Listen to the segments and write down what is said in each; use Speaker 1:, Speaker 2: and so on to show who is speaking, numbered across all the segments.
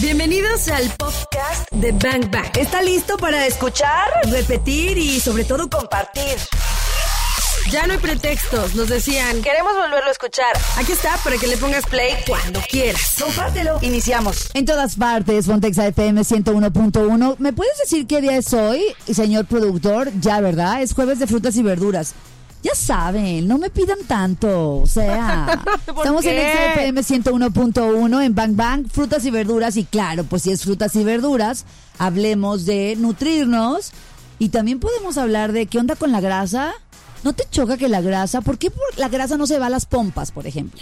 Speaker 1: Bienvenidos al podcast de Bang Bang. ¿Está listo para escuchar, repetir y sobre todo compartir? Ya no hay pretextos, nos decían. Queremos volverlo a escuchar. Aquí está para que le pongas play cuando quieras. Compártelo. Iniciamos.
Speaker 2: En todas partes, Fontexa FM 101.1. ¿Me puedes decir qué día es hoy, señor productor? Ya, ¿verdad? Es jueves de frutas y verduras. Ya saben, no me pidan tanto. O sea, estamos en XFM 101.1 en Bang Bang, frutas y verduras. Y claro, pues si es frutas y verduras, hablemos de nutrirnos. Y también podemos hablar de qué onda con la grasa. ¿No te choca que la grasa, por qué por- la grasa no se va a las pompas, por ejemplo?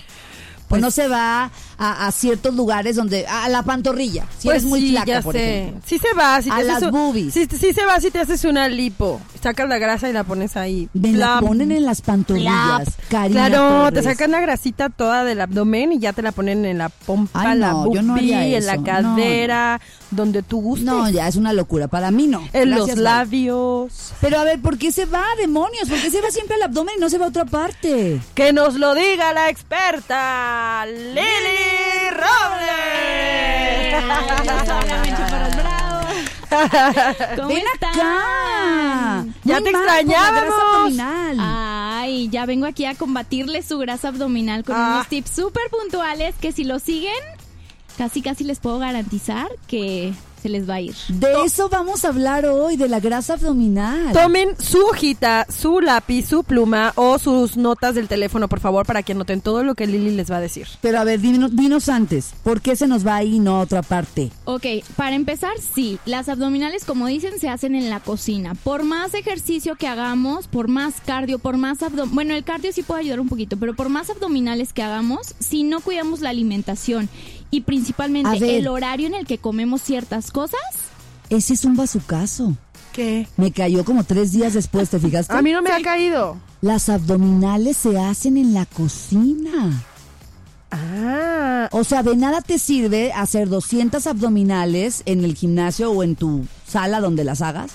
Speaker 2: Pues, no se va a, a ciertos lugares donde, a la pantorrilla, si
Speaker 3: Pues
Speaker 2: eres muy
Speaker 3: sí,
Speaker 2: flaca,
Speaker 3: ya
Speaker 2: por
Speaker 3: sé.
Speaker 2: ejemplo.
Speaker 3: Sí se va, si te
Speaker 2: A
Speaker 3: haces
Speaker 2: las
Speaker 3: un-
Speaker 2: boobies.
Speaker 3: Sí, sí se va si te haces una lipo. Sacas la grasa y la pones ahí.
Speaker 2: Me la
Speaker 3: Flap.
Speaker 2: ponen en las pantorrillas,
Speaker 3: Flap.
Speaker 2: Karina
Speaker 3: Claro,
Speaker 2: Torres.
Speaker 3: te sacan la grasita toda del abdomen y ya te la ponen en la pompa,
Speaker 2: Ay,
Speaker 3: en la
Speaker 2: no, yo no
Speaker 3: bubi,
Speaker 2: haría
Speaker 3: en la
Speaker 2: eso.
Speaker 3: cadera, donde tú gustes.
Speaker 2: No, ya es una locura. Para mí no.
Speaker 3: en los
Speaker 2: Gracias, bye.
Speaker 3: labios.
Speaker 2: Pero a ver, ¿por qué se va, demonios? ¿Por qué se va siempre al abdomen y no se va a otra parte?
Speaker 3: Que nos lo diga la experta, Lili Robles.
Speaker 4: ¿Cómo
Speaker 2: ¡Ven
Speaker 4: están?
Speaker 2: acá!
Speaker 3: Ya
Speaker 2: Muy
Speaker 3: te
Speaker 2: mal con la grasa
Speaker 3: extrañábamos. Ah,
Speaker 2: abdominal.
Speaker 4: Ay, ya vengo aquí a combatirles su grasa abdominal con
Speaker 3: Ah.
Speaker 4: unos tips súper puntuales que si lo siguen, casi casi les puedo garantizar que se les va a ir.
Speaker 2: De eso vamos a hablar hoy, de la grasa abdominal.
Speaker 3: Tomen su hojita, su lápiz, su pluma o sus notas del teléfono, por favor, para que anoten todo lo que Lili les va a decir.
Speaker 2: Pero a ver, dinos, dinos antes, ¿por qué se nos va ahí y no a otra parte?
Speaker 4: Ok, para empezar, sí, las abdominales, como dicen, se hacen en la cocina. Por más ejercicio que hagamos, por más cardio, por más abdomen... Bueno, el cardio sí puede ayudar un poquito, pero por más abdominales que hagamos, si no cuidamos la alimentación y
Speaker 2: A ver.
Speaker 4: principalmente el horario en el que comemos ciertas cosas,
Speaker 2: Ese es un bazucazo.
Speaker 3: ¿Qué?
Speaker 2: Me cayó como tres días después, ¿te fijaste?
Speaker 3: A mí no me ha caído.
Speaker 2: Las abdominales se hacen en la cocina.
Speaker 3: Ah,
Speaker 2: O sea, de nada te sirve hacer 200 abdominales en el gimnasio o en tu sala donde las hagas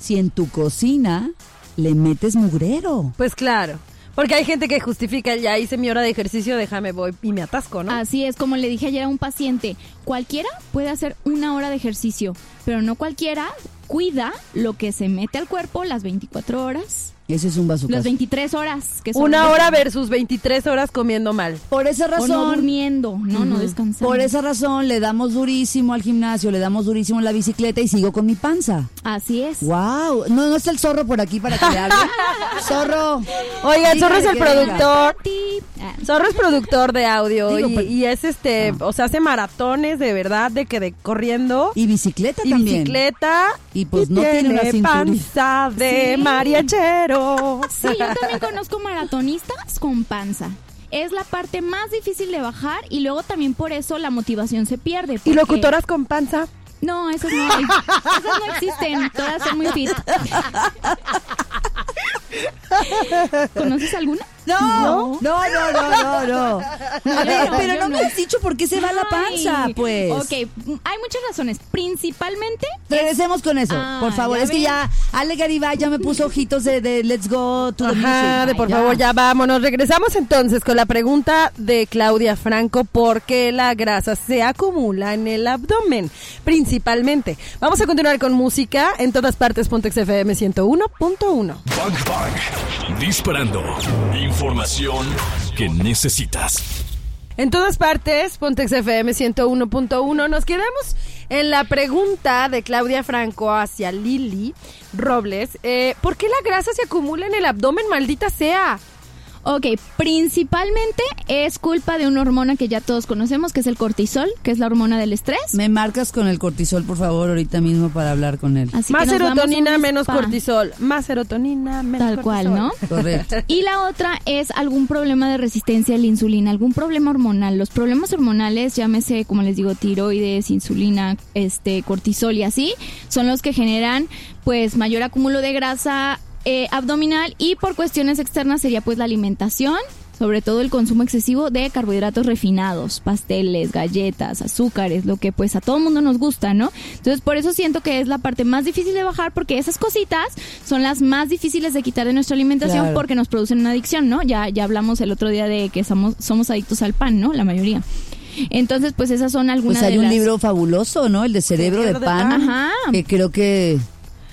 Speaker 2: si en tu cocina le metes mugrero.
Speaker 3: pues claro. Porque hay gente que justifica, ya hice mi hora de ejercicio, déjame voy y me atasco, ¿no?
Speaker 4: Así es, como le dije ayer a un paciente, cualquiera puede hacer una hora de ejercicio, pero no cualquiera cuida lo que se mete al cuerpo las 24 horas,
Speaker 2: Ese es un
Speaker 4: las
Speaker 2: bazucazo.
Speaker 4: 23 horas que son
Speaker 3: Una
Speaker 4: de-
Speaker 3: hora versus 23 horas comiendo mal.
Speaker 2: Por esa
Speaker 4: o no
Speaker 2: razón,
Speaker 4: durmiendo, no, no descansando.
Speaker 2: por esa razón le damos durísimo al gimnasio, le damos durísimo a la bicicleta y sigo con mi panza.
Speaker 4: Así es.
Speaker 2: Wow, no no está el zorro por aquí para que le hable. zorro.
Speaker 3: Oiga, el zorro es el
Speaker 2: Dígale que venga.
Speaker 3: productor.
Speaker 4: Ti- ah,
Speaker 3: Zorro es productor de audio
Speaker 2: Digo,
Speaker 3: y,
Speaker 2: pues-
Speaker 3: y es este, o sea, hace maratones de verdad, de que de corriendo y,
Speaker 2: Y bicicleta también.
Speaker 3: bicicleta.
Speaker 2: Y, pues, no tiene una cinturita.
Speaker 3: panza de
Speaker 4: Sí.
Speaker 3: mariachero.
Speaker 4: Sí, yo también conozco maratonistas con panza. Es la parte más difícil de bajar y luego también por eso la motivación se pierde.
Speaker 3: Y
Speaker 4: porque-
Speaker 3: locutoras con panza.
Speaker 4: No, esas no, hay. esas no existen. Todas son muy fit. ¿Conoces alguna?
Speaker 2: No, no, no, no, no. no. A ver,
Speaker 4: no,
Speaker 2: pero
Speaker 4: yo
Speaker 2: no me
Speaker 4: no.
Speaker 2: has dicho por qué se va la panza,
Speaker 4: Ay,
Speaker 2: pues.
Speaker 4: Ok, m- hay muchas razones. Principalmente,
Speaker 2: Regresemos con eso,
Speaker 4: Ah,
Speaker 2: por favor.
Speaker 4: ya
Speaker 2: Es que
Speaker 4: ven.
Speaker 2: ya Ale Garibay ya me puso ojitos de, de Let's Go to the
Speaker 3: Ajá,
Speaker 2: music.
Speaker 3: de por favor, ya vámonos. Regresamos entonces con la pregunta de Claudia Franco, ¿por qué la grasa se acumula en el abdomen? Principalmente. Vamos a continuar con música en todas partes. Pontex FM 101.1.
Speaker 5: Bang Bang. Disparando. Información que necesitas.
Speaker 3: En todas partes, Pontex FM 101.1. Nos quedamos en la pregunta de Claudia Franco hacia Lili Robles. Eh, ¿Por qué la grasa se acumula en el abdomen, maldita sea?
Speaker 4: ok, principalmente es culpa de una hormona que ya todos conocemos, que es el cortisol, que es la hormona del estrés.
Speaker 2: Me marcas con el cortisol, por favor, ahorita mismo para hablar con él.
Speaker 4: Así
Speaker 3: Más
Speaker 4: que nos vamos a un
Speaker 3: serotonina, menos
Speaker 4: spa.
Speaker 3: cortisol. Más serotonina, menos
Speaker 4: Tal cual,
Speaker 3: cortisol.
Speaker 4: ¿no?
Speaker 2: Correcto.
Speaker 4: Y la otra es algún problema de resistencia a la insulina, algún problema hormonal. Los problemas hormonales, llámese, como les digo, tiroides, insulina, este, cortisol y así, son los que generan pues mayor acúmulo de grasa eh, abdominal y por cuestiones externas sería pues la alimentación, sobre todo el consumo excesivo de carbohidratos refinados, pasteles, galletas, azúcares, lo que pues a todo mundo nos gusta, ¿no? Entonces por eso siento que es la parte más difícil de bajar porque esas cositas son las más difíciles de quitar de nuestra alimentación
Speaker 2: Claro.
Speaker 4: porque nos producen una adicción, ¿no? Ya ya hablamos el otro día de que somos somos adictos al pan, ¿no? La mayoría. Entonces, pues esas son algunas
Speaker 2: Pues hay
Speaker 4: de
Speaker 2: un
Speaker 4: las-
Speaker 2: libro fabuloso, ¿no? El de Cerebro de
Speaker 3: Cerebro de
Speaker 2: Pan.
Speaker 3: Pan.
Speaker 4: Ajá.
Speaker 2: Que creo que,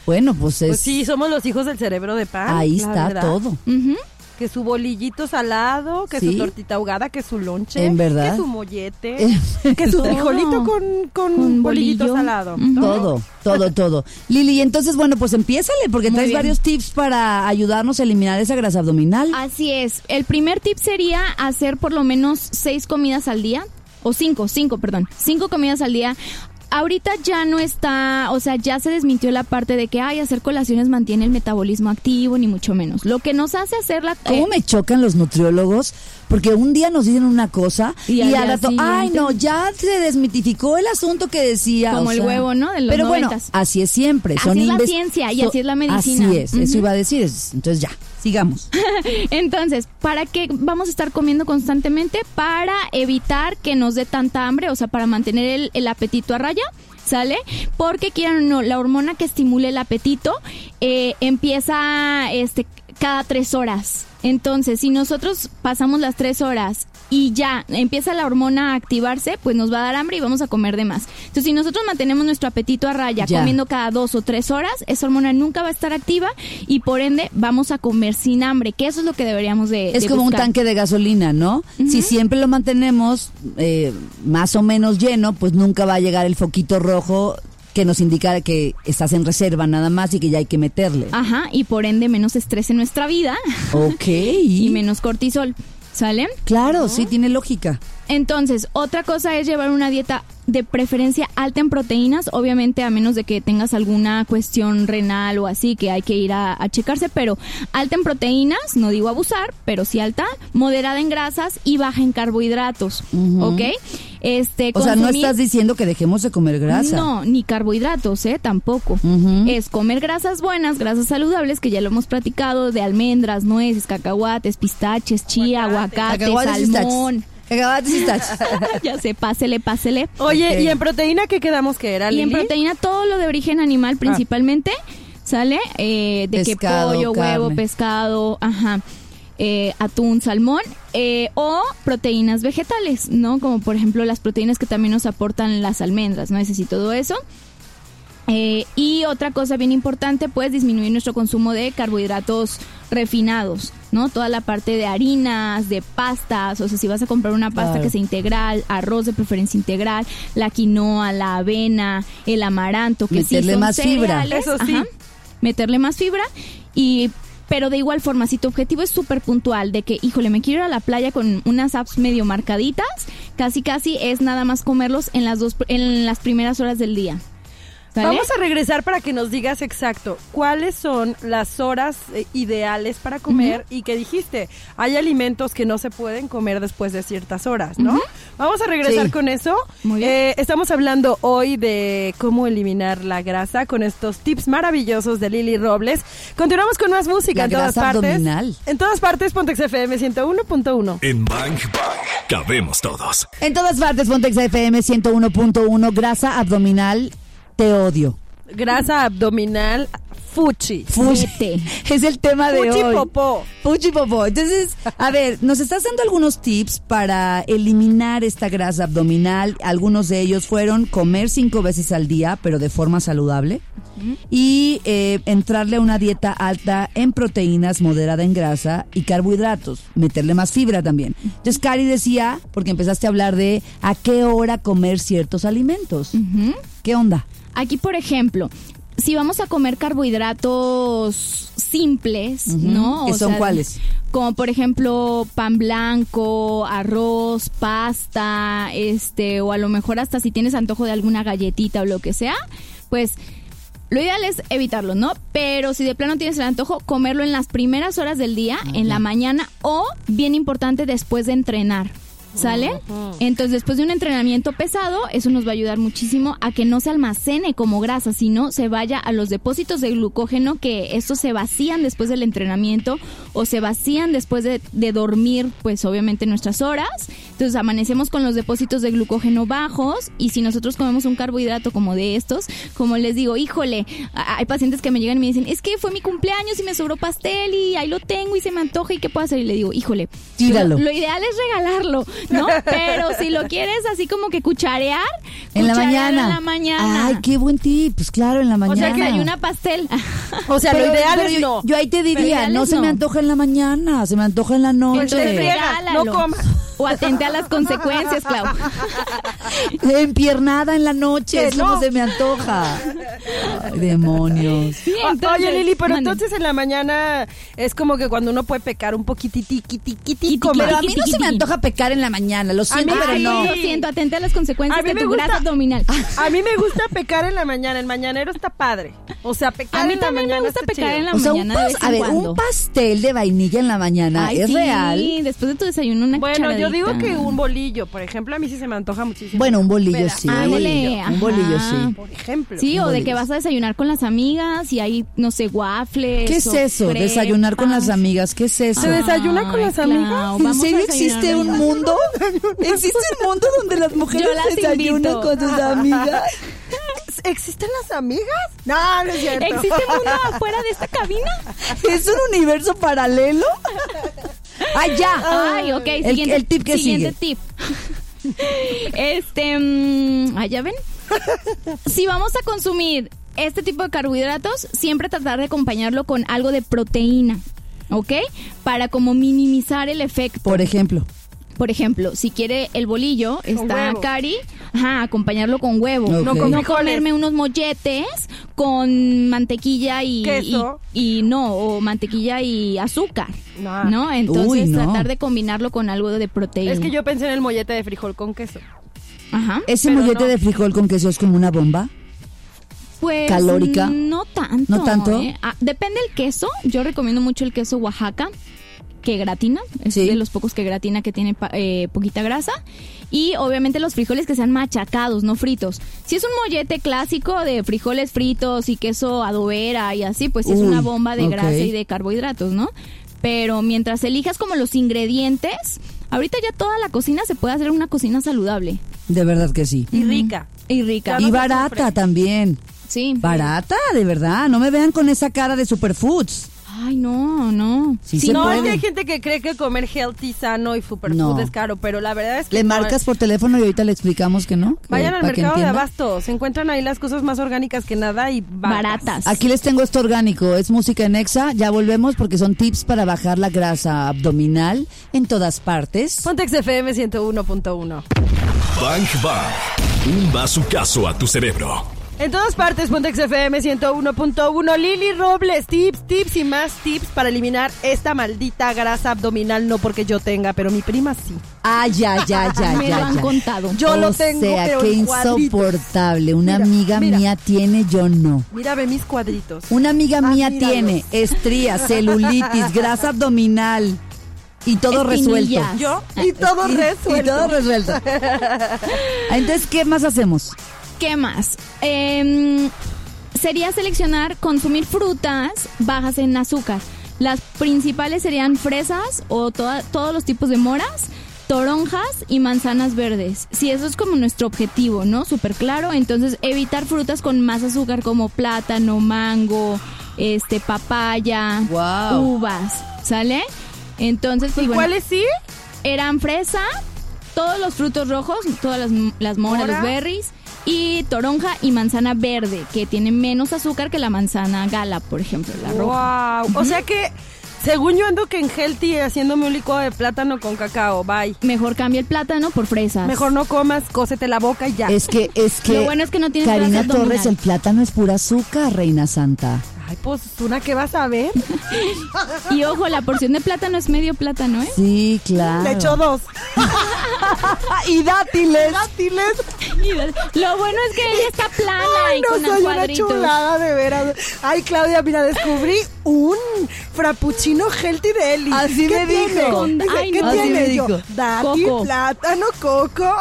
Speaker 2: bueno, pues es...
Speaker 3: Pues sí, somos los hijos del cerebro de pan.
Speaker 2: ahí
Speaker 3: la
Speaker 2: está
Speaker 3: verdad.
Speaker 2: todo.
Speaker 4: Ujú.
Speaker 3: Que su bolillito salado, que
Speaker 2: Sí.
Speaker 3: su tortita ahogada, que su lonche,
Speaker 2: En verdad.
Speaker 3: que su mollete,
Speaker 2: En
Speaker 3: que su
Speaker 4: verdad.
Speaker 3: frijolito con, con
Speaker 4: Con
Speaker 3: bolillito
Speaker 4: bolillo.
Speaker 3: salado.
Speaker 4: Ujú.
Speaker 3: ¿no?
Speaker 2: Todo, todo, todo. Lili, y entonces, bueno, pues empiézale, porque
Speaker 4: Muy
Speaker 2: traes
Speaker 4: bien.
Speaker 2: varios tips para ayudarnos a eliminar esa grasa abdominal.
Speaker 4: Así es. El primer tip sería hacer por lo menos seis comidas al día. O cinco, cinco, perdón. Cinco comidas al día. Ahorita ya no está, o sea, ya se desmintió la parte de que, ay, hacer colaciones mantiene el metabolismo activo, ni mucho menos. Lo que nos hace hacer la...
Speaker 2: ¿Cómo
Speaker 4: eh,
Speaker 2: me chocan los nutriólogos? Porque un día nos dicen una cosa
Speaker 4: Y
Speaker 2: y,
Speaker 4: al
Speaker 2: al
Speaker 4: día
Speaker 2: rato, ay
Speaker 4: siguiente".
Speaker 2: no, ya se desmitificó el asunto que decía.
Speaker 4: Como
Speaker 2: o
Speaker 4: el
Speaker 2: sea.
Speaker 4: huevo, ¿no? De los
Speaker 2: Pero bueno,
Speaker 4: noventas.
Speaker 2: así es siempre.
Speaker 4: Así
Speaker 2: son
Speaker 4: es la
Speaker 2: inves-
Speaker 4: ciencia y
Speaker 2: so-
Speaker 4: así es la medicina.
Speaker 2: Así es, eso
Speaker 4: Ujú.
Speaker 2: iba a decir. es- Entonces ya, sigamos.
Speaker 4: Entonces, ¿para qué vamos a estar comiendo constantemente? Para evitar que nos dé tanta hambre, o sea, para mantener el, el apetito a raya. ¿Sale? Porque quieran o no, la hormona que estimula el apetito eh, empieza este, cada tres horas. Entonces, si nosotros pasamos las tres horas y ya empieza la hormona a activarse, pues nos va a dar hambre y vamos a comer de más. Entonces, si nosotros mantenemos nuestro apetito a raya
Speaker 2: Ya.
Speaker 4: comiendo cada dos o tres horas, esa hormona nunca va a estar activa y por ende vamos a comer sin hambre, que eso es lo que deberíamos de
Speaker 2: Es
Speaker 4: de
Speaker 2: como un
Speaker 4: buscar.
Speaker 2: tanque de gasolina, ¿no? Si siempre lo mantenemos eh, más o menos lleno, pues nunca va a llegar el foquito rojo que nos indica que estás en reserva nada más y que ya hay que meterle.
Speaker 4: Ajá, y por ende menos estrés en nuestra vida
Speaker 2: Ok.
Speaker 4: y menos cortisol, ¿sale?
Speaker 2: Claro, sí, tiene lógica.
Speaker 4: Entonces, otra cosa es llevar una dieta de preferencia alta en proteínas, obviamente a menos de que tengas alguna cuestión renal o así que hay que ir a, a checarse, pero alta en proteínas, no digo abusar, pero sí alta, moderada en grasas y baja en carbohidratos, ¿ok? Este,
Speaker 2: O sea, no
Speaker 4: consumir-
Speaker 2: estás diciendo que dejemos de comer grasa.
Speaker 4: No, ni carbohidratos, ¿eh? Tampoco.
Speaker 2: Ujú.
Speaker 4: Es comer grasas buenas, grasas saludables, que ya lo hemos platicado, de almendras, nueces, cacahuates, pistaches, chía, aguacate,
Speaker 2: Cacahuates y
Speaker 4: salmón.
Speaker 2: tachos. Cacahuates y tachos.
Speaker 4: ya sé, pásele, pásele.
Speaker 3: Oye,
Speaker 2: Ok.
Speaker 3: ¿y en proteína qué quedamos que era,
Speaker 4: Y en
Speaker 3: Lili?
Speaker 4: proteína todo lo de origen animal principalmente, ¿sale? Eh, de
Speaker 2: Ah. Pescado,
Speaker 4: que pollo, huevo,
Speaker 2: carne.
Speaker 4: pescado, ajá. eh, atún, salmón eh, o proteínas vegetales, ¿no? Como por ejemplo las proteínas que también nos aportan las almendras, nueces y todo eso. Eh, y otra cosa bien importante, pues disminuir nuestro consumo de carbohidratos refinados, ¿no? Toda la parte de harinas, de pastas, o sea, si vas a comprar una pasta
Speaker 2: Claro.
Speaker 4: que sea integral, arroz de preferencia integral, la quinoa, la avena, el amaranto, que sí
Speaker 2: Meterle
Speaker 4: son
Speaker 2: más fibra.
Speaker 4: cereales,
Speaker 3: Eso sí.
Speaker 4: ajá, meterle más fibra y pero de igual forma, si tu objetivo es súper puntual, de que, híjole, me quiero ir a la playa con unas apps medio marcaditas, casi casi es nada más comerlos en las dos, en las primeras horas del día. ¿Sale?
Speaker 3: Vamos a regresar para que nos digas exacto cuáles son las horas eh, ideales para comer y que dijiste, hay alimentos que no se pueden comer después de ciertas horas, ¿no? Vamos a regresar
Speaker 2: Sí.
Speaker 3: con eso.
Speaker 4: Muy bien.
Speaker 3: Eh, estamos hablando hoy de cómo eliminar la grasa con estos tips maravillosos de Lili Robles. Continuamos con más música
Speaker 2: La
Speaker 3: en todas
Speaker 2: grasa
Speaker 3: partes.
Speaker 2: abdominal.
Speaker 3: En todas partes, Pontex FM 101.1.
Speaker 5: En Bang Bang cabemos todos.
Speaker 2: En todas partes, Pontex FM 101.1, grasa abdominal, te odio.
Speaker 3: Grasa abdominal fuchi.
Speaker 2: Fuchi.
Speaker 4: Vete.
Speaker 2: Es el tema de
Speaker 3: Fuchi
Speaker 2: hoy.
Speaker 3: popó.
Speaker 2: Fuchi popó. Entonces, a ver, nos estás dando algunos tips para eliminar esta grasa abdominal. Algunos de ellos fueron comer cinco veces al día, pero de forma saludable. Y eh, entrarle a una dieta alta en proteínas, moderada en grasa y carbohidratos. Meterle más fibra también. Entonces, Cari decía, porque empezaste a hablar de a qué hora comer ciertos alimentos. ¿Qué onda?
Speaker 4: Aquí, por ejemplo, si vamos a comer carbohidratos simples, ¿no?
Speaker 2: ¿Que son cuáles?
Speaker 4: Como por ejemplo pan blanco, arroz, pasta, este, o a lo mejor hasta si tienes antojo de alguna galletita o lo que sea, pues lo ideal es evitarlo, ¿no? Pero si de plano tienes el antojo, comerlo en las primeras horas del día, en la mañana o, bien importante, después de entrenar. ¿Sale? Entonces, después de un entrenamiento pesado, eso nos va a ayudar muchísimo a que no se almacene como grasa, sino se vaya a los depósitos de glucógeno que estos se vacían después del entrenamiento o se vacían después de, de dormir, pues obviamente nuestras horas. Entonces amanecemos con los depósitos de glucógeno bajos y si nosotros comemos un carbohidrato como de estos, como les digo, híjole, a- hay pacientes que me llegan y me dicen, es que fue mi cumpleaños y me sobró pastel y ahí lo tengo y se me antoja y qué puedo hacer. Y le digo, híjole,
Speaker 2: Tíralo.
Speaker 4: Lo, lo ideal es regalarlo, ¿no? Pero si lo quieres así como que cucharear,
Speaker 2: En la
Speaker 4: cucharearlo
Speaker 2: mañana.
Speaker 4: En la mañana.
Speaker 2: Ay, qué buen tip. Pues claro, en la
Speaker 4: o
Speaker 2: mañana.
Speaker 4: sea que hay una pastel.
Speaker 3: O sea,
Speaker 2: Pero-
Speaker 3: lo ideal
Speaker 2: pero
Speaker 3: es
Speaker 2: yo,
Speaker 3: no.
Speaker 2: Yo ahí te diría,
Speaker 4: ideal
Speaker 2: no
Speaker 4: es
Speaker 2: se me
Speaker 4: no.
Speaker 2: antoja en la mañana, se me antoja en la
Speaker 3: Entonces,
Speaker 2: noche.
Speaker 3: friega, no
Speaker 4: Regálalo.
Speaker 3: comas.
Speaker 4: O atente a las consecuencias, Clau.
Speaker 2: Empiernada en la noche,
Speaker 3: Que
Speaker 2: es lo
Speaker 3: no.
Speaker 2: que se me antoja. Ay, demonios.
Speaker 3: O- Ah, Oye, Lili, pero
Speaker 4: mande.
Speaker 3: entonces en la mañana es como que cuando uno puede pecar un poquititiquitiquitico.
Speaker 2: Pero
Speaker 4: Pero
Speaker 3: ¿verdad?
Speaker 2: a mí no se me antoja pecar en la mañana, lo siento,
Speaker 3: mí
Speaker 2: pero
Speaker 4: Ay,
Speaker 3: sí.
Speaker 2: no.
Speaker 4: Lo siento, atente a las consecuencias
Speaker 3: A mí
Speaker 4: de
Speaker 3: me
Speaker 4: tu
Speaker 3: gusta- Ah,
Speaker 4: grasa abdominal.
Speaker 3: A mí me gusta pecar en la mañana. El mañanero está padre. O sea, pecar
Speaker 4: A mí
Speaker 3: en la
Speaker 4: también
Speaker 3: mañana
Speaker 4: me gusta
Speaker 3: está
Speaker 4: pecar
Speaker 3: este chido.
Speaker 4: en la
Speaker 2: O sea, un
Speaker 4: mañana. de
Speaker 2: pas-
Speaker 4: vez
Speaker 2: a
Speaker 4: en
Speaker 2: ver,
Speaker 4: cuando.
Speaker 2: un pastel de vainilla en la mañana,
Speaker 4: Ay,
Speaker 2: ¿es
Speaker 4: sí,
Speaker 2: real?
Speaker 4: Después de tu desayuno, una
Speaker 3: Bueno, yo digo
Speaker 4: cucharadita. Mm.
Speaker 3: que un bolillo, por ejemplo, a mí sí se me antoja muchísimo.
Speaker 2: Bueno, un bolillo
Speaker 3: Espera,
Speaker 2: sí.
Speaker 4: ándale,
Speaker 2: un bolillo
Speaker 4: ajá.
Speaker 2: sí.
Speaker 3: Por ejemplo.
Speaker 4: Sí, o de
Speaker 2: bolillos.
Speaker 4: que vas a desayunar con las amigas y hay, no sé, waffles.
Speaker 2: ¿Qué es
Speaker 4: o
Speaker 2: eso? Desayunar con las
Speaker 4: crepas.
Speaker 2: amigas, ¿qué es eso?
Speaker 3: ¿Se
Speaker 4: Ah,
Speaker 3: desayuna con
Speaker 4: Ay,
Speaker 3: las
Speaker 4: Clau,
Speaker 3: amigas?
Speaker 2: ¿En
Speaker 4: vamos a
Speaker 2: serio
Speaker 4: desayunar
Speaker 2: existe
Speaker 4: con
Speaker 2: un
Speaker 4: las-
Speaker 2: mundo? ¿Existe un mundo donde las mujeres
Speaker 4: Yo las
Speaker 2: desayunan
Speaker 4: invito.
Speaker 2: con sus amigas?
Speaker 3: ¿Existen las amigas? No, no es cierto.
Speaker 4: ¿Existe un mundo afuera de esta cabina?
Speaker 2: ¿Es un universo paralelo? Ah. ¡Ay, ya!
Speaker 4: Ay, ok.
Speaker 2: El-
Speaker 4: Siguiente,
Speaker 2: el tip que
Speaker 4: siguiente tip. este, mm, ah, ya ven. si vamos a consumir este tipo de carbohidratos, siempre tratar de acompañarlo con algo de proteína, ¿ok? Para como minimizar el efecto.
Speaker 2: Por ejemplo,
Speaker 4: Por ejemplo, si quiere el bolillo, está
Speaker 3: huevo.
Speaker 4: Cari, ajá, acompañarlo con huevo.
Speaker 2: No con
Speaker 4: No
Speaker 3: frijoles.
Speaker 4: comerme unos molletes con mantequilla y,
Speaker 3: Queso.
Speaker 4: y y no, o mantequilla y azúcar.
Speaker 3: No.
Speaker 4: No, entonces
Speaker 2: Uy, no.
Speaker 4: tratar de combinarlo con algo de proteína.
Speaker 3: Es que yo pensé en el mollete de frijol con queso.
Speaker 4: ajá.
Speaker 2: ¿ese
Speaker 3: Pero
Speaker 2: mollete
Speaker 3: no.
Speaker 2: de frijol con queso es como una bomba?
Speaker 4: Pues,
Speaker 2: ¿Calórica?
Speaker 4: No tanto.
Speaker 2: ¿No tanto?
Speaker 4: ¿eh? Ah, depende el queso. Yo recomiendo mucho el queso Oaxaca, que gratina. Es
Speaker 2: Sí.
Speaker 4: de los pocos que gratina que tiene pa- eh, poquita grasa. Y obviamente los frijoles que sean machacados, no fritos. Si es un mollete clásico de frijoles fritos y queso adobera y así, pues sí es
Speaker 2: Uy,
Speaker 4: una bomba de
Speaker 2: ok.
Speaker 4: grasa y de carbohidratos, ¿no? Pero mientras elijas como los ingredientes, ahorita ya toda la cocina se puede hacer una cocina saludable
Speaker 2: De verdad que sí.
Speaker 4: Mm.
Speaker 3: Y rica.
Speaker 4: y rica.
Speaker 3: Ya no
Speaker 2: Y
Speaker 3: se
Speaker 2: barata
Speaker 3: sufre.
Speaker 2: también.
Speaker 4: Sí.
Speaker 2: Barata, de verdad. No me vean con esa cara de superfoods.
Speaker 4: Ay, no, no.
Speaker 2: Sí, se
Speaker 3: no,
Speaker 2: puede.
Speaker 3: es que hay gente que cree que comer healthy, sano y superfood
Speaker 2: No.
Speaker 3: es caro, pero la verdad es que...
Speaker 2: Le
Speaker 3: no.
Speaker 2: marcas por teléfono y ahorita le explicamos que no. que-
Speaker 3: Vayan al
Speaker 2: para que
Speaker 3: mercado de
Speaker 2: entienda.
Speaker 3: abasto, se encuentran ahí las cosas más orgánicas que nada y baratas.
Speaker 4: Baratas.
Speaker 2: Aquí les tengo esto orgánico, es música en exa, ya volvemos porque son tips para bajar la grasa abdominal en todas partes.
Speaker 3: Pontex FM 101.1.
Speaker 5: Bang Bang. Un bazucazo a tu cerebro.
Speaker 3: En todas partes, Pontex FM 101.1. Lili Robles, tips, tips y más tips para eliminar esta maldita grasa abdominal. No porque yo tenga, pero mi prima sí.
Speaker 2: Ah, ya, ya, ya,
Speaker 4: Me
Speaker 2: ya.
Speaker 4: lo han
Speaker 2: ya.
Speaker 4: contado.
Speaker 3: Yo
Speaker 2: o
Speaker 3: lo tengo,
Speaker 2: sea,
Speaker 3: pero
Speaker 2: qué
Speaker 3: en cuadritos.
Speaker 2: insoportable. Una
Speaker 3: Mira,
Speaker 2: amiga
Speaker 3: mira.
Speaker 2: mía tiene, yo no.
Speaker 3: Mira, ve mis cuadritos.
Speaker 2: Una amiga
Speaker 3: Ah,
Speaker 2: mía
Speaker 3: míralos.
Speaker 2: tiene estrías, celulitis, grasa abdominal y todo resuelto.
Speaker 4: Espinillas.
Speaker 3: Yo y todo resuelto.
Speaker 2: Y todo resuelto. Entonces, ¿qué más hacemos?
Speaker 4: ¿Qué más? Em, sería seleccionar consumir frutas bajas en azúcar. Las principales serían fresas o toda- todos los tipos de moras, toronjas y manzanas verdes. Si eso es como nuestro objetivo, ¿no? Súper claro. Entonces, evitar frutas con más azúcar como plátano, mango, este, papaya,
Speaker 2: Guau.
Speaker 4: uvas, ¿sale? Entonces, pues bueno,
Speaker 3: ¿Cuáles sí?
Speaker 4: eran fresa, todos los frutos rojos, todas las, las moras,
Speaker 3: Mora.
Speaker 4: los berries, y toronja y manzana verde, que tiene menos azúcar que la manzana gala, por ejemplo, la roja.
Speaker 3: Wow. O sea que, según yo ando que en healthy haciéndome un licuado de plátano con cacao. Bye.
Speaker 4: Mejor cambia el plátano por fresas.
Speaker 3: Mejor no comas, cósete la boca y ya.
Speaker 2: Es que, es que.
Speaker 4: Lo bueno es que no tiene
Speaker 2: Karina
Speaker 4: grasa abdominal.
Speaker 2: Torres, el plátano es pura azúcar, Reina Santa.
Speaker 3: Ay, pues una que vas a ver.
Speaker 4: Y ojo, la porción de plátano es medio plátano, ¿eh?
Speaker 2: Sí, claro.
Speaker 3: Le echó dos. y dátiles. Dátiles.
Speaker 4: Lo bueno es que ella está plana
Speaker 3: Ay,
Speaker 4: y
Speaker 3: no
Speaker 4: con
Speaker 3: soy una
Speaker 4: cuadritos.
Speaker 3: chulada, de veras. Ay, Claudia, mira, descubrí un frappuccino healthy de Eli.
Speaker 2: Así
Speaker 3: ¿Qué
Speaker 2: me dijo.
Speaker 3: tiene?
Speaker 4: Con-
Speaker 3: Dice,
Speaker 4: ay,
Speaker 3: ¿qué
Speaker 4: no.
Speaker 2: Así
Speaker 3: tiene?
Speaker 2: me
Speaker 3: Yo,
Speaker 2: dijo.
Speaker 3: dátil,
Speaker 4: Coco.
Speaker 3: plátano, coco.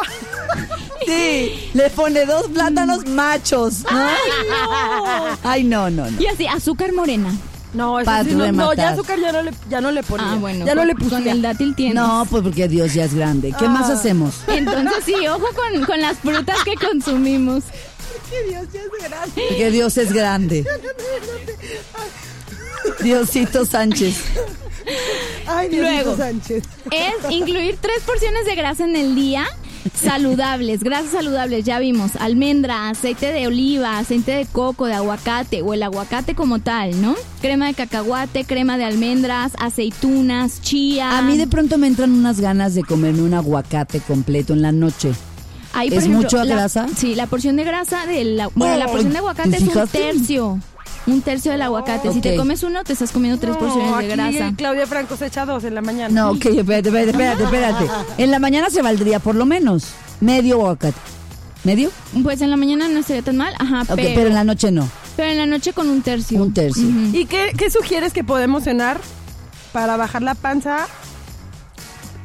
Speaker 2: Sí, le pone dos plátanos machos. ¿no? Ay, no, no, no.
Speaker 4: Y así, azúcar morena.
Speaker 3: No, eso
Speaker 2: Para
Speaker 3: sí, no, no,
Speaker 2: rematar.
Speaker 3: ya azúcar ya no le, ya no le ponía.
Speaker 4: Ah, bueno.
Speaker 3: Ya no
Speaker 4: con-
Speaker 3: le pusía.
Speaker 4: Con el dátil tienes.
Speaker 2: No, pues porque Dios ya es grande. ¿Qué más hacemos?
Speaker 4: Entonces sí, ojo con, con las frutas que consumimos.
Speaker 3: Que Dios ya es grande.
Speaker 2: Porque Dios es grande. Diosito Sánchez.
Speaker 3: Ay, Diosito
Speaker 4: Luego.
Speaker 3: Sánchez.
Speaker 4: Es incluir tres porciones de grasa en el día. Saludables, grasas saludables, ya vimos, almendra, aceite de oliva, aceite de coco, de aguacate o el aguacate como tal, ¿no? Crema de cacahuate, crema de almendras, aceitunas, chía.
Speaker 2: A mí de pronto me entran unas ganas de comerme un aguacate completo en la noche.
Speaker 4: Ahí, por
Speaker 2: ¿Es
Speaker 4: ejemplo,
Speaker 2: mucho
Speaker 4: la-
Speaker 2: grasa? Oh,
Speaker 4: Sí, la porción de grasa de la, bueno, la porción de aguacate
Speaker 2: ¿te
Speaker 4: es un
Speaker 2: fijaste?
Speaker 4: tercio. Un tercio del aguacate. Si te
Speaker 2: Ok.
Speaker 4: comes uno, te estás comiendo tres
Speaker 3: No,
Speaker 4: porciones de
Speaker 3: aquí
Speaker 4: grasa.
Speaker 3: Claudia Franco se echa dos en la mañana.
Speaker 2: No, ok, espérate, espérate, espérate, espérate. En la mañana se valdría por lo menos medio aguacate. ¿Medio?
Speaker 4: Pues en la mañana no estaría tan mal, ajá,
Speaker 2: Ok,
Speaker 4: pero,
Speaker 2: pero en la noche no.
Speaker 4: pero en la noche con un tercio.
Speaker 2: Un tercio.
Speaker 4: Ujú.
Speaker 3: ¿Y qué, qué sugieres que podemos cenar para bajar la panza?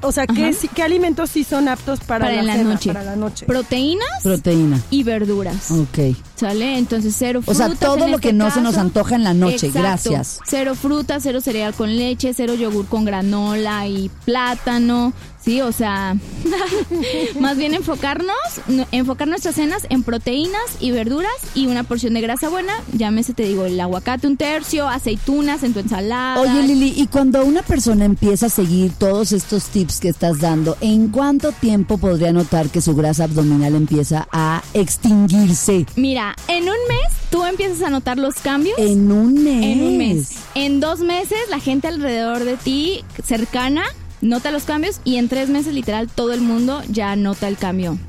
Speaker 3: O sea, ¿qué,
Speaker 4: Ajá.
Speaker 3: sí- qué alimentos sí son aptos para,
Speaker 4: para,
Speaker 3: la,
Speaker 4: en la
Speaker 3: cena,
Speaker 4: noche.
Speaker 3: Para la noche.
Speaker 4: Proteínas
Speaker 2: Proteína.
Speaker 4: y verduras.
Speaker 2: Ok.
Speaker 4: ¿Sale? Entonces cero
Speaker 2: Mm. O sea,
Speaker 4: frutas.
Speaker 2: todo
Speaker 4: en
Speaker 2: lo
Speaker 4: este
Speaker 2: que no se nos
Speaker 4: caso.
Speaker 2: antoja en la noche,
Speaker 4: Exacto.
Speaker 2: gracias.
Speaker 4: Cero fruta, cero cereal con leche, cero yogur con granola y plátano. Sí, o sea, más bien enfocarnos, no- enfocar nuestras cenas en proteínas y verduras y una porción de grasa buena. Llámese, te digo, el aguacate un tercio, aceitunas en tu ensalada.
Speaker 2: Oye Lili, y cuando una persona empieza a seguir todos estos tips que estás dando, ¿en cuánto tiempo podría notar que su grasa abdominal empieza a extinguirse?
Speaker 4: Mira, en un mes tú empiezas a notar los cambios.
Speaker 2: En un mes.
Speaker 4: En un mes. En dos meses, la gente alrededor de ti, cercana, nota los cambios. Y en tres meses, literal, todo el mundo ya nota el cambio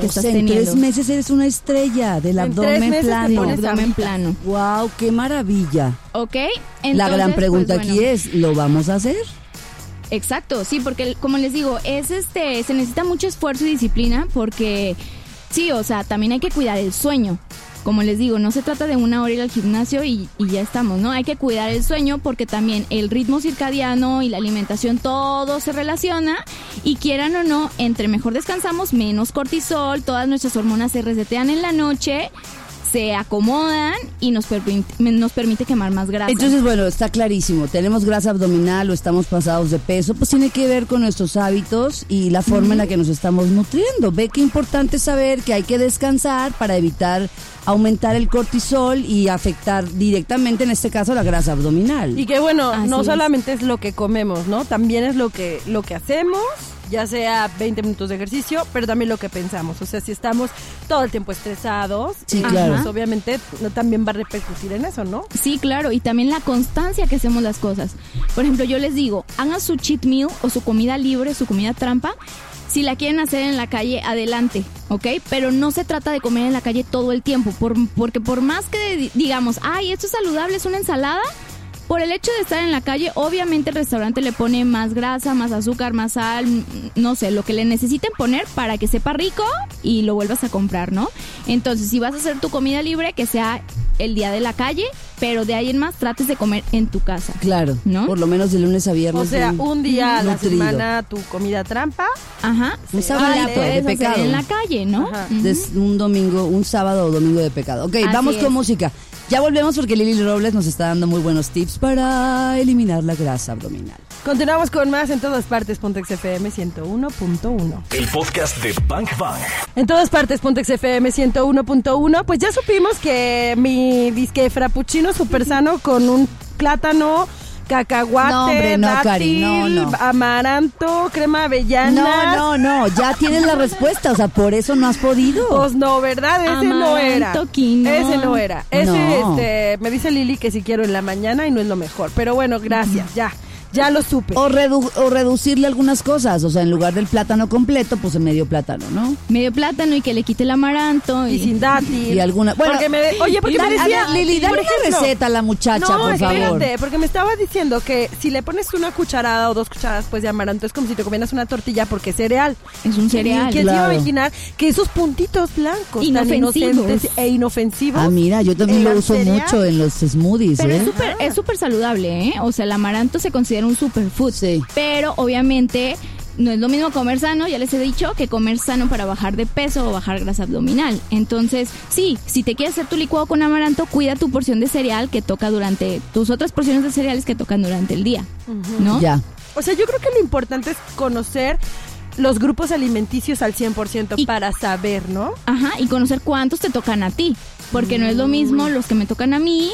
Speaker 4: que
Speaker 2: O
Speaker 4: estás
Speaker 2: sea, Pues en
Speaker 4: teniendo.
Speaker 2: tres meses eres una estrella del
Speaker 3: En tres
Speaker 2: abdomen
Speaker 3: meses te
Speaker 4: De
Speaker 2: plano.
Speaker 3: pones
Speaker 4: abdomen
Speaker 3: ahorita.
Speaker 4: plano.
Speaker 2: Wow, qué maravilla.
Speaker 4: ¿Ok?
Speaker 2: la gran
Speaker 4: Entonces,
Speaker 2: pregunta
Speaker 4: pues,
Speaker 2: aquí
Speaker 4: bueno.
Speaker 2: es, ¿lo vamos a hacer?
Speaker 4: Exacto, sí, porque el- como les digo, es este, se necesita mucho esfuerzo y disciplina porque sí, o sea, también hay que cuidar el sueño. Como les digo, no se trata de una hora ir al gimnasio y, y ya estamos, ¿no? Hay que cuidar el sueño porque también el ritmo circadiano y la alimentación, todo se relaciona y quieran o no, entre mejor descansamos, menos cortisol, todas nuestras hormonas se resetean en la noche, se acomodan y nos, permi- nos permite quemar más
Speaker 3: Ah,
Speaker 4: grasa.
Speaker 2: Entonces, bueno, está clarísimo. Tenemos grasa abdominal o estamos pasados de peso, pues tiene que ver con nuestros hábitos y la forma en la que nos estamos nutriendo. Ve que importante saber que hay que descansar para evitar aumentar el cortisol y afectar directamente, en este caso, la grasa abdominal.
Speaker 3: Y que bueno,
Speaker 4: Así
Speaker 3: no
Speaker 4: es.
Speaker 3: solamente es lo que comemos, ¿no? También es lo que, lo que hacemos, ya sea 20 minutos de ejercicio, pero también lo que pensamos. O sea, si estamos todo el tiempo estresados,
Speaker 2: Sí,
Speaker 3: pues,
Speaker 2: claro.
Speaker 3: obviamente no- también va a repercutir en eso, ¿no?
Speaker 4: Sí, claro, y también la constancia que hacemos las cosas. Por ejemplo, yo les digo, hagan su cheat meal o su comida libre, su comida trampa. Si la quieren hacer en la calle, adelante, ¿ok? Pero no se trata de comer en la calle todo el tiempo, por- porque por más que di- digamos, ay, esto es saludable, es una ensalada, por el hecho de estar en la calle, obviamente el restaurante le pone más grasa, más azúcar, más sal, mm, no sé, lo que le necesiten poner para que sepa rico y lo vuelvas a comprar, ¿no? Entonces, si vas a hacer tu comida libre, que sea el día de la calle, pero de ahí en más trates de comer en tu casa.
Speaker 2: Claro,
Speaker 4: ¿No?
Speaker 2: por lo menos de lunes a
Speaker 3: O
Speaker 2: viernes.
Speaker 3: sea,
Speaker 2: bien
Speaker 3: un día a la
Speaker 2: nutrido.
Speaker 3: semana tu comida trampa.
Speaker 4: Ajá.
Speaker 2: Un
Speaker 4: O
Speaker 2: sabadito
Speaker 4: la puedes
Speaker 2: de
Speaker 4: hacer
Speaker 2: pecado.
Speaker 4: en la calle, ¿no? Mm.
Speaker 3: Ajá.
Speaker 4: Ujú.
Speaker 2: Des- un domingo, un sábado o domingo de pecado. Ok,
Speaker 4: Así
Speaker 2: vamos
Speaker 4: es.
Speaker 2: con música. Ya volvemos porque Lili Robles nos está dando muy buenos tips para eliminar la grasa abdominal.
Speaker 3: Continuamos con más en todas partes, Pontex FM 101.1.
Speaker 5: El podcast de Bank Bang.
Speaker 3: En todas partes, Pontex FM 101.1. Pues ya supimos que mi disque frappuccino super sano con un plátano, cacahuate,
Speaker 2: No, hombre, no,
Speaker 3: dátil,
Speaker 2: Cari, no, no.
Speaker 3: amaranto, crema avellana.
Speaker 2: No, no, no, ya tienes la respuesta, o sea, por eso no has podido.
Speaker 3: Pues no, ¿verdad? Ese no era.
Speaker 4: Amaranto, quinoa.
Speaker 3: Ese no era. Ese,
Speaker 2: No.
Speaker 3: este, me dice Lili que si quiero en la mañana y no es lo mejor. Pero bueno, gracias, ya. Ya lo supe.
Speaker 2: O, redu- o reducirle algunas cosas, o sea, en lugar del plátano completo, pues en medio plátano, ¿no?
Speaker 4: Medio plátano y que le quite el amaranto.
Speaker 3: y sin dátil.
Speaker 2: Y alguna- bueno,
Speaker 3: porque me de- oye, porque
Speaker 2: dale-
Speaker 3: me decía...
Speaker 2: a ver, Lili, dale
Speaker 3: por
Speaker 2: una
Speaker 3: ejemplo-
Speaker 2: receta a la muchacha,
Speaker 3: no,
Speaker 2: por favor.
Speaker 3: espérate, porque me estaba diciendo que si le pones una cucharada o dos cucharadas pues de amaranto es como si te comieras una tortilla porque es cereal.
Speaker 4: Es un cereal.
Speaker 3: ¿Y quién se iba a
Speaker 2: Claro.
Speaker 3: imaginar que esos puntitos blancos
Speaker 4: Inofensivos.
Speaker 3: tan inocentes e inofensivos?
Speaker 2: Ah, mira, yo también lo
Speaker 3: eran
Speaker 2: uso
Speaker 3: cereal?
Speaker 2: mucho en los smoothies,
Speaker 4: Pero
Speaker 2: ¿eh?
Speaker 4: es súper
Speaker 3: Ah.
Speaker 4: es súper saludable, ¿eh? O sea, el amaranto se considera un superfood.
Speaker 2: Sí.
Speaker 4: Pero obviamente no es lo mismo comer sano, ya les he dicho, que comer sano para bajar de peso o bajar grasa abdominal. Entonces, sí, si te quieres hacer tu licuado con amaranto, cuida tu porción de cereal que toca durante, tus otras porciones de cereales que tocan durante el día, ¿no?
Speaker 2: Ya.
Speaker 3: O sea, yo creo que lo importante es conocer los grupos alimenticios al 100%
Speaker 4: Y-
Speaker 3: para saber, ¿no?
Speaker 4: Ajá, y conocer cuántos te tocan a ti, porque no es lo mismo los que me tocan a mí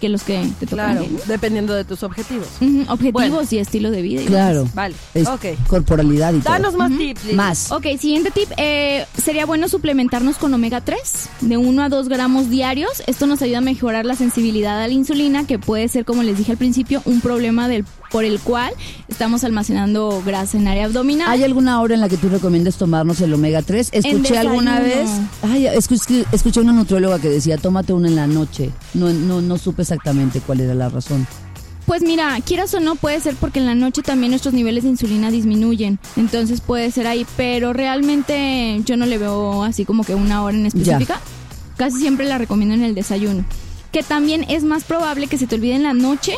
Speaker 4: que los que te tocan
Speaker 3: Mm. Claro,
Speaker 4: a ti.
Speaker 3: dependiendo de tus objetivos.
Speaker 4: Ujú, Objetivos
Speaker 3: Bueno.
Speaker 4: y estilo de vida. y
Speaker 2: Claro.
Speaker 3: Vale,
Speaker 2: Es
Speaker 3: ok.
Speaker 2: Corporalidad y todo.
Speaker 3: Danos más tips. Lili.
Speaker 2: Más.
Speaker 4: Ok, siguiente tip. eh, sería bueno suplementarnos con omega 3, de 1 a 2 gramos diarios. Esto nos ayuda a mejorar la sensibilidad a la insulina, que puede ser, como les dije al principio, un problema del, por el cual estamos almacenando grasa en área abdominal.
Speaker 2: ¿Hay alguna hora en la que tú recomiendas tomarnos el omega 3?
Speaker 4: En
Speaker 2: Escuché alguna vez.
Speaker 4: desayuno.
Speaker 2: Ay, escu- escuché una nutrióloga que decía, tómate una en la noche. No, no, no supe exactamente cuál era la razón.
Speaker 4: Pues mira, quieras o no, puede ser porque en la noche también nuestros niveles de insulina disminuyen. Entonces puede ser ahí, pero realmente yo no le veo así como que una hora en específica. Casi siempre la recomiendo en el desayuno. Que también es más probable que se te olvide en la noche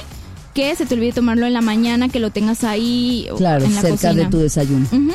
Speaker 4: que se te olvide tomarlo en la mañana, que lo tengas ahí o
Speaker 2: Claro,
Speaker 4: Oh, en la
Speaker 2: cerca de
Speaker 4: cocina. Mm,
Speaker 2: tu desayuno.
Speaker 4: Ujú.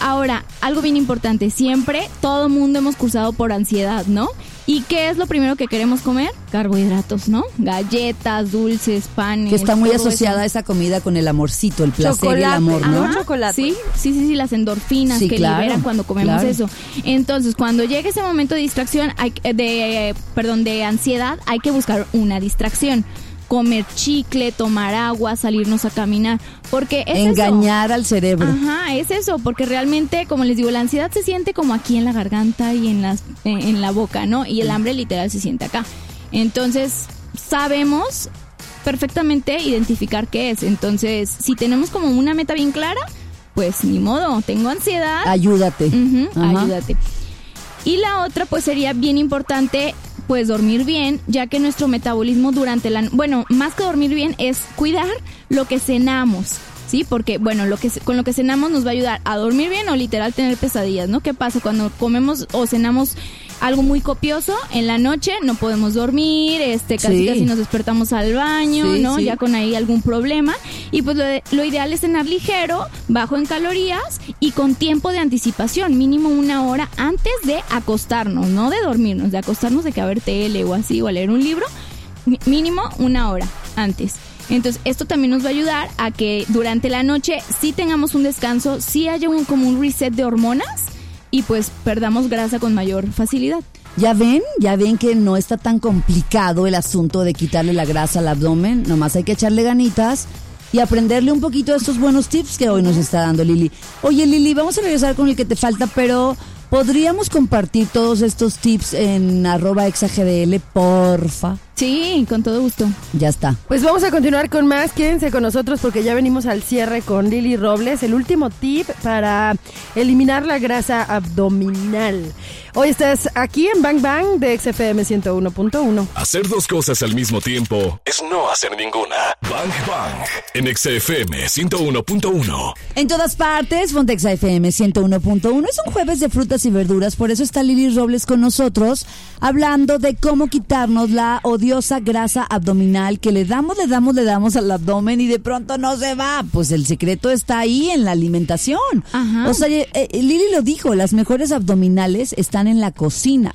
Speaker 4: Ahora, algo bien importante, siempre todo mundo hemos cursado por ansiedad, ¿no? ¿Y qué es lo primero que queremos comer? Carbohidratos, ¿no? Galletas, dulces, panes.
Speaker 2: Que está muy
Speaker 4: todo eso.
Speaker 2: asociada esa comida con el amorcito, el placer y el
Speaker 3: Chocolate,
Speaker 2: amor, ¿no?
Speaker 3: ajá. chocolate.
Speaker 4: Sí, sí, sí, sí, las endorfinas
Speaker 2: Ah, Sí,
Speaker 4: que
Speaker 2: claro,
Speaker 4: liberan cuando comemos
Speaker 2: claro.
Speaker 4: eso. Entonces, cuando llegue ese momento de distracción, hay, que- de, perdón, de ansiedad, hay que buscar una distracción. Comer chicle, tomar agua, salirnos a caminar. Porque es eso.
Speaker 2: Engañar al cerebro.
Speaker 4: Ajá, es eso, porque realmente, como les digo, la ansiedad se siente como aquí en la garganta y en, las, en, en la boca, ¿no? Y el hambre literal se siente acá. Entonces, sabemos perfectamente identificar qué es. Entonces, si tenemos como una meta bien clara, pues ni modo, tengo ansiedad,
Speaker 2: Ayúdate.
Speaker 4: Ujú,
Speaker 2: Ajá.
Speaker 4: ayúdate. Y la otra, pues sería bien importante, pues dormir bien, ya que nuestro metabolismo durante la... Bueno, más que dormir bien es cuidar lo que cenamos. Sí, porque bueno, lo que con lo que cenamos nos va a ayudar a dormir bien o literal tener pesadillas, ¿no? ¿Qué pasa cuando comemos o cenamos algo muy copioso en la noche? No podemos dormir, este casi
Speaker 2: Sí.
Speaker 4: casi nos despertamos al baño,
Speaker 2: Sí,
Speaker 4: ¿no?
Speaker 2: sí.
Speaker 4: Ya con ahí algún problema. Y pues lo, de- lo ideal es cenar ligero, bajo en calorías y con tiempo de anticipación, mínimo una hora antes de acostarnos, no de dormirnos, de acostarnos de que a ver tele o así, o a leer un libro, mi- mínimo una hora antes. Entonces, esto también nos va a ayudar a que durante la noche sí tengamos un descanso, sí haya un, como un reset de hormonas y pues perdamos grasa con mayor facilidad.
Speaker 2: Ya ven, ya ven que no está tan complicado el asunto de quitarle la grasa al abdomen, nomás hay que echarle ganitas y aprenderle un poquito de estos buenos tips que hoy nos está dando Lili. Oye Lili, vamos a regresar con el que te falta, pero podríamos compartir todos estos tips en arroba exagdl, porfa.
Speaker 4: Sí, con todo gusto.
Speaker 2: Ya está.
Speaker 3: Pues vamos a continuar con más. Quédense con nosotros porque ya venimos al cierre con Lili Robles. El último tip para eliminar la grasa abdominal. Hoy estás aquí en Bang Bang de XFM 101.1.
Speaker 5: Hacer dos cosas al mismo tiempo es no hacer ninguna. Bang Bang en XFM 101.1.
Speaker 2: En todas partes, Fontex FM 101.1 es un jueves de frutas y verduras, por eso está Lili Robles con nosotros hablando de cómo quitarnos la odiosa grasa abdominal que le damos, le damos, le damos al abdomen y de pronto no se va. Pues el secreto está ahí en la alimentación.
Speaker 4: Ajá.
Speaker 2: O sea, eh, eh, Lili lo dijo, las mejores abdominales están en la cocina.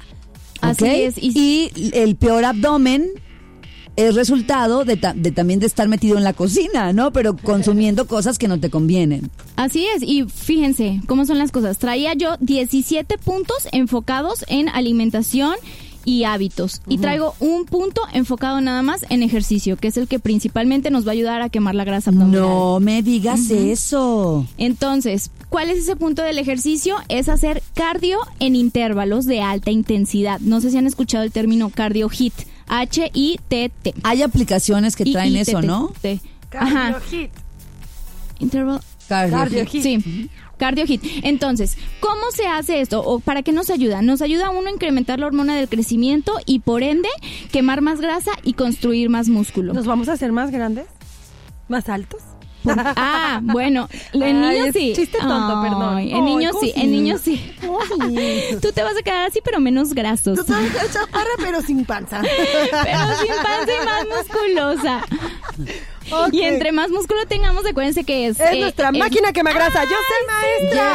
Speaker 4: Así
Speaker 2: ¿ok?
Speaker 4: es,
Speaker 2: Y,
Speaker 4: y-
Speaker 2: el peor abdomen es resultado de, ta- de también de estar metido en la cocina, ¿no? Pero consumiendo cosas que no te convienen.
Speaker 4: Así es, y fíjense cómo son las cosas. Traía yo 17 puntos enfocados en alimentación y hábitos. Y traigo un punto enfocado nada más en ejercicio, que es el que principalmente nos va a ayudar a quemar la grasa abdominal.
Speaker 2: No me digas eso.
Speaker 4: Entonces, ¿cuál es ese punto del ejercicio? Es hacer cardio en intervalos de alta intensidad. No sé si han escuchado el término cardio HIT. H-I-T-T.
Speaker 2: Hay aplicaciones que traen
Speaker 4: I-I-T-T.
Speaker 2: eso, ¿no?
Speaker 4: Ajá. Interval
Speaker 2: Cardio.
Speaker 3: Cardio hit.
Speaker 4: Sí, cardio hit. Entonces, ¿cómo se hace esto? ¿O para qué nos ayuda? Nos ayuda uno a incrementar la hormona del crecimiento y por ende quemar más grasa y construir más músculo.
Speaker 3: ¿Nos vamos a hacer más grandes? ¿Más altos?
Speaker 4: Ah, bueno, en
Speaker 3: Ay,
Speaker 4: niños
Speaker 3: es
Speaker 4: sí.
Speaker 3: chiste tonto, perdón.
Speaker 4: Ay,
Speaker 3: Ay,
Speaker 4: En niños
Speaker 3: ¿cómo
Speaker 4: sí, en
Speaker 3: sí?
Speaker 4: niños sí.
Speaker 3: ¿Cómo sí?
Speaker 4: Tú te vas a quedar así, pero menos grasos.
Speaker 3: Tú sabes que es chaparra, pero sin panza.
Speaker 4: Pero sin panza y más musculosa. Okay. Y entre más músculo tengamos, acuérdense que es.
Speaker 3: Es eh, nuestra eh, máquina que me agrasa. ¡Ay, ¡Yo soy maestra!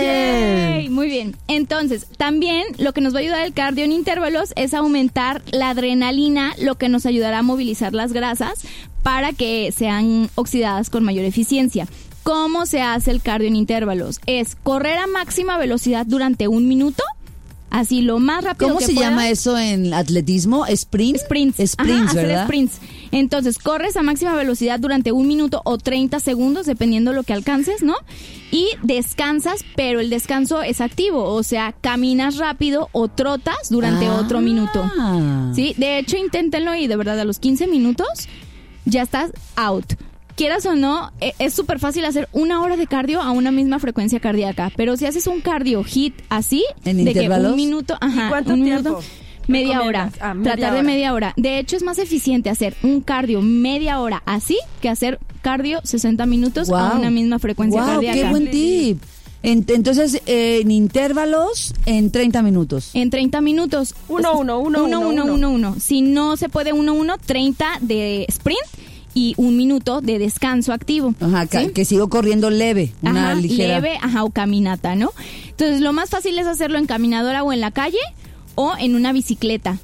Speaker 4: Yeah. Yeah. Muy bien. Entonces, también lo que nos va a ayudar el cardio en intervalos es aumentar la adrenalina, lo que nos ayudará a movilizar las grasas para que sean oxidadas con mayor eficiencia. ¿Cómo se hace el cardio en intervalos? Es correr a máxima velocidad durante un minuto así lo más rápido
Speaker 2: ¿Cómo
Speaker 4: que
Speaker 2: se
Speaker 4: puedas.
Speaker 2: llama eso en atletismo? ¿Sprint?
Speaker 4: Sprints.
Speaker 2: Sprints,
Speaker 4: Ajá,
Speaker 2: ¿verdad?
Speaker 4: Hacer sprints. Entonces, corres a máxima velocidad durante un minuto o 30 segundos, dependiendo lo que alcances, ¿no? Y descansas, pero el descanso es activo, o sea, caminas rápido o trotas durante
Speaker 2: Ah.
Speaker 4: otro minuto. Sí, de hecho, inténtenlo y de verdad a los 15 minutos ya estás out. Quieras o no, e- es súper fácil hacer una hora de cardio a una misma frecuencia cardíaca. Pero si haces un cardio hit así,
Speaker 2: ¿En
Speaker 4: de que
Speaker 2: intervalos?
Speaker 4: un minuto, ajá,
Speaker 3: cuánto
Speaker 4: un
Speaker 3: tiempo?
Speaker 4: minuto, media hora.
Speaker 3: Recomiendas? Ah, media
Speaker 4: tratar de
Speaker 3: hora.
Speaker 4: media hora. De hecho, es más eficiente hacer un cardio media hora así que hacer cardio 60 minutos a
Speaker 2: Guau.
Speaker 4: una misma frecuencia
Speaker 2: Guau,
Speaker 4: cardíaca.
Speaker 2: qué buen tip. En- entonces, eh, en intervalos, en 30 minutos.
Speaker 4: En 30 minutos.
Speaker 3: Uno, uno, uno,
Speaker 4: uno,
Speaker 3: uno,
Speaker 4: uno,
Speaker 3: uno.
Speaker 4: uno, uno. Si no se puede uno, uno, 30 de sprint y un minuto de descanso activo.
Speaker 2: Ajá, ca-
Speaker 4: ¿Sí?
Speaker 2: que sigo corriendo leve, una
Speaker 4: Ajá,
Speaker 2: ligera.
Speaker 4: leve, ajá, o caminata, ¿no? Entonces, lo más fácil es hacerlo en caminadora o en la calle o en una bicicleta.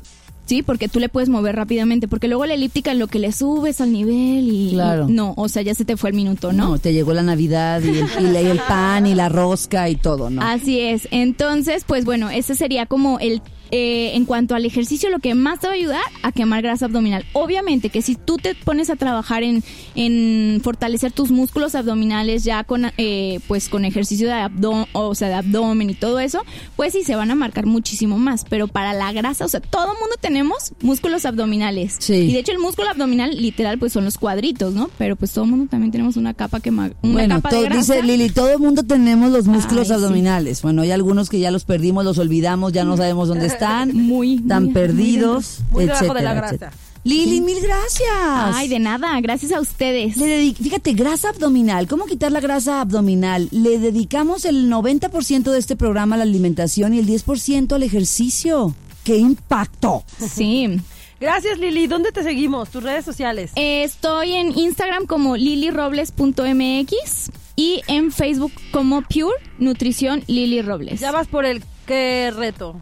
Speaker 4: Sí, porque tú le puedes mover rápidamente, porque luego la elíptica es lo que le subes al nivel y
Speaker 2: Claro.
Speaker 4: y no, o sea, ya se te fue el minuto,
Speaker 2: ¿no?
Speaker 4: ¿no?
Speaker 2: te llegó la Navidad y el, y la- y el pan y la rosca y todo, ¿no?
Speaker 4: Así es. Entonces, pues bueno, ese sería como el eh, en cuanto al ejercicio, lo que más te va a ayudar a quemar grasa abdominal. Obviamente que si tú te pones a trabajar en, en fortalecer tus músculos abdominales ya con eh, pues con ejercicio de abdomen, o sea, de abdomen y todo eso, pues sí se van a marcar muchísimo más. Pero para la grasa, o sea, todo mundo tenemos músculos abdominales.
Speaker 2: Sí.
Speaker 4: Y de hecho el músculo abdominal literal pues son los cuadritos, ¿no? Pero pues todo mundo también tenemos una capa que ma- una
Speaker 2: bueno,
Speaker 4: capa de
Speaker 2: todo-
Speaker 4: grasa.
Speaker 2: dice Lili, todo el mundo tenemos los músculos
Speaker 4: Ay, sí.
Speaker 2: abdominales. Bueno, hay algunos que ya los perdimos, los olvidamos, ya no sabemos dónde están.
Speaker 4: Muy, muy,
Speaker 2: Tan
Speaker 4: muy
Speaker 2: perdidos,
Speaker 3: Muy debajo de
Speaker 2: etcétera,
Speaker 3: la grasa.
Speaker 2: etcétera. Lili, mil gracias.
Speaker 4: Ay, de nada, gracias a ustedes.
Speaker 2: Le dedi- fíjate, grasa abdominal. ¿Cómo quitar la grasa abdominal? Le dedicamos el 90% de este programa a la alimentación y el 10% al ejercicio. ¡Qué impacto!
Speaker 4: Sí.
Speaker 3: Gracias, Lili. ¿Dónde te seguimos? Tus redes sociales.
Speaker 4: Eh, Estoy en Instagram como lilirobles.mx y en Facebook como Pure Nutrición Lili Robles.
Speaker 3: Ya vas por el qué reto.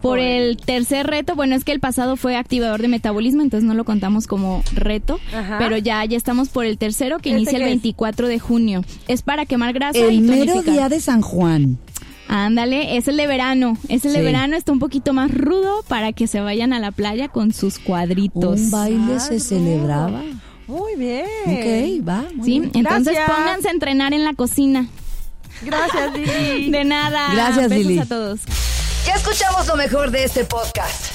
Speaker 4: Por el tercer reto, bueno, es que el pasado fue activador de metabolismo, entonces no lo contamos como reto,
Speaker 3: Ajá.
Speaker 4: pero ya ya estamos por el tercero que
Speaker 3: ¿Este
Speaker 4: inicia el
Speaker 3: qué es?
Speaker 4: 24 de junio. Es para quemar grasa y
Speaker 2: El mero
Speaker 4: tonificar.
Speaker 2: día de San Juan.
Speaker 4: Ándale, es el de verano. Es el de
Speaker 2: Sí.
Speaker 4: verano, está un poquito más rudo para que se vayan a la playa con sus cuadritos.
Speaker 2: Un baile se celebraba.
Speaker 3: Muy bien.
Speaker 2: Ok, va. muy
Speaker 4: Sí,
Speaker 2: bien.
Speaker 4: entonces
Speaker 3: Gracias.
Speaker 4: pónganse a entrenar en la cocina.
Speaker 3: Gracias, Lili.
Speaker 4: De nada.
Speaker 2: Gracias,
Speaker 4: Besos
Speaker 2: Lili.
Speaker 4: a todos.
Speaker 1: Ya escuchamos lo mejor de este podcast.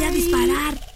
Speaker 1: a disparar.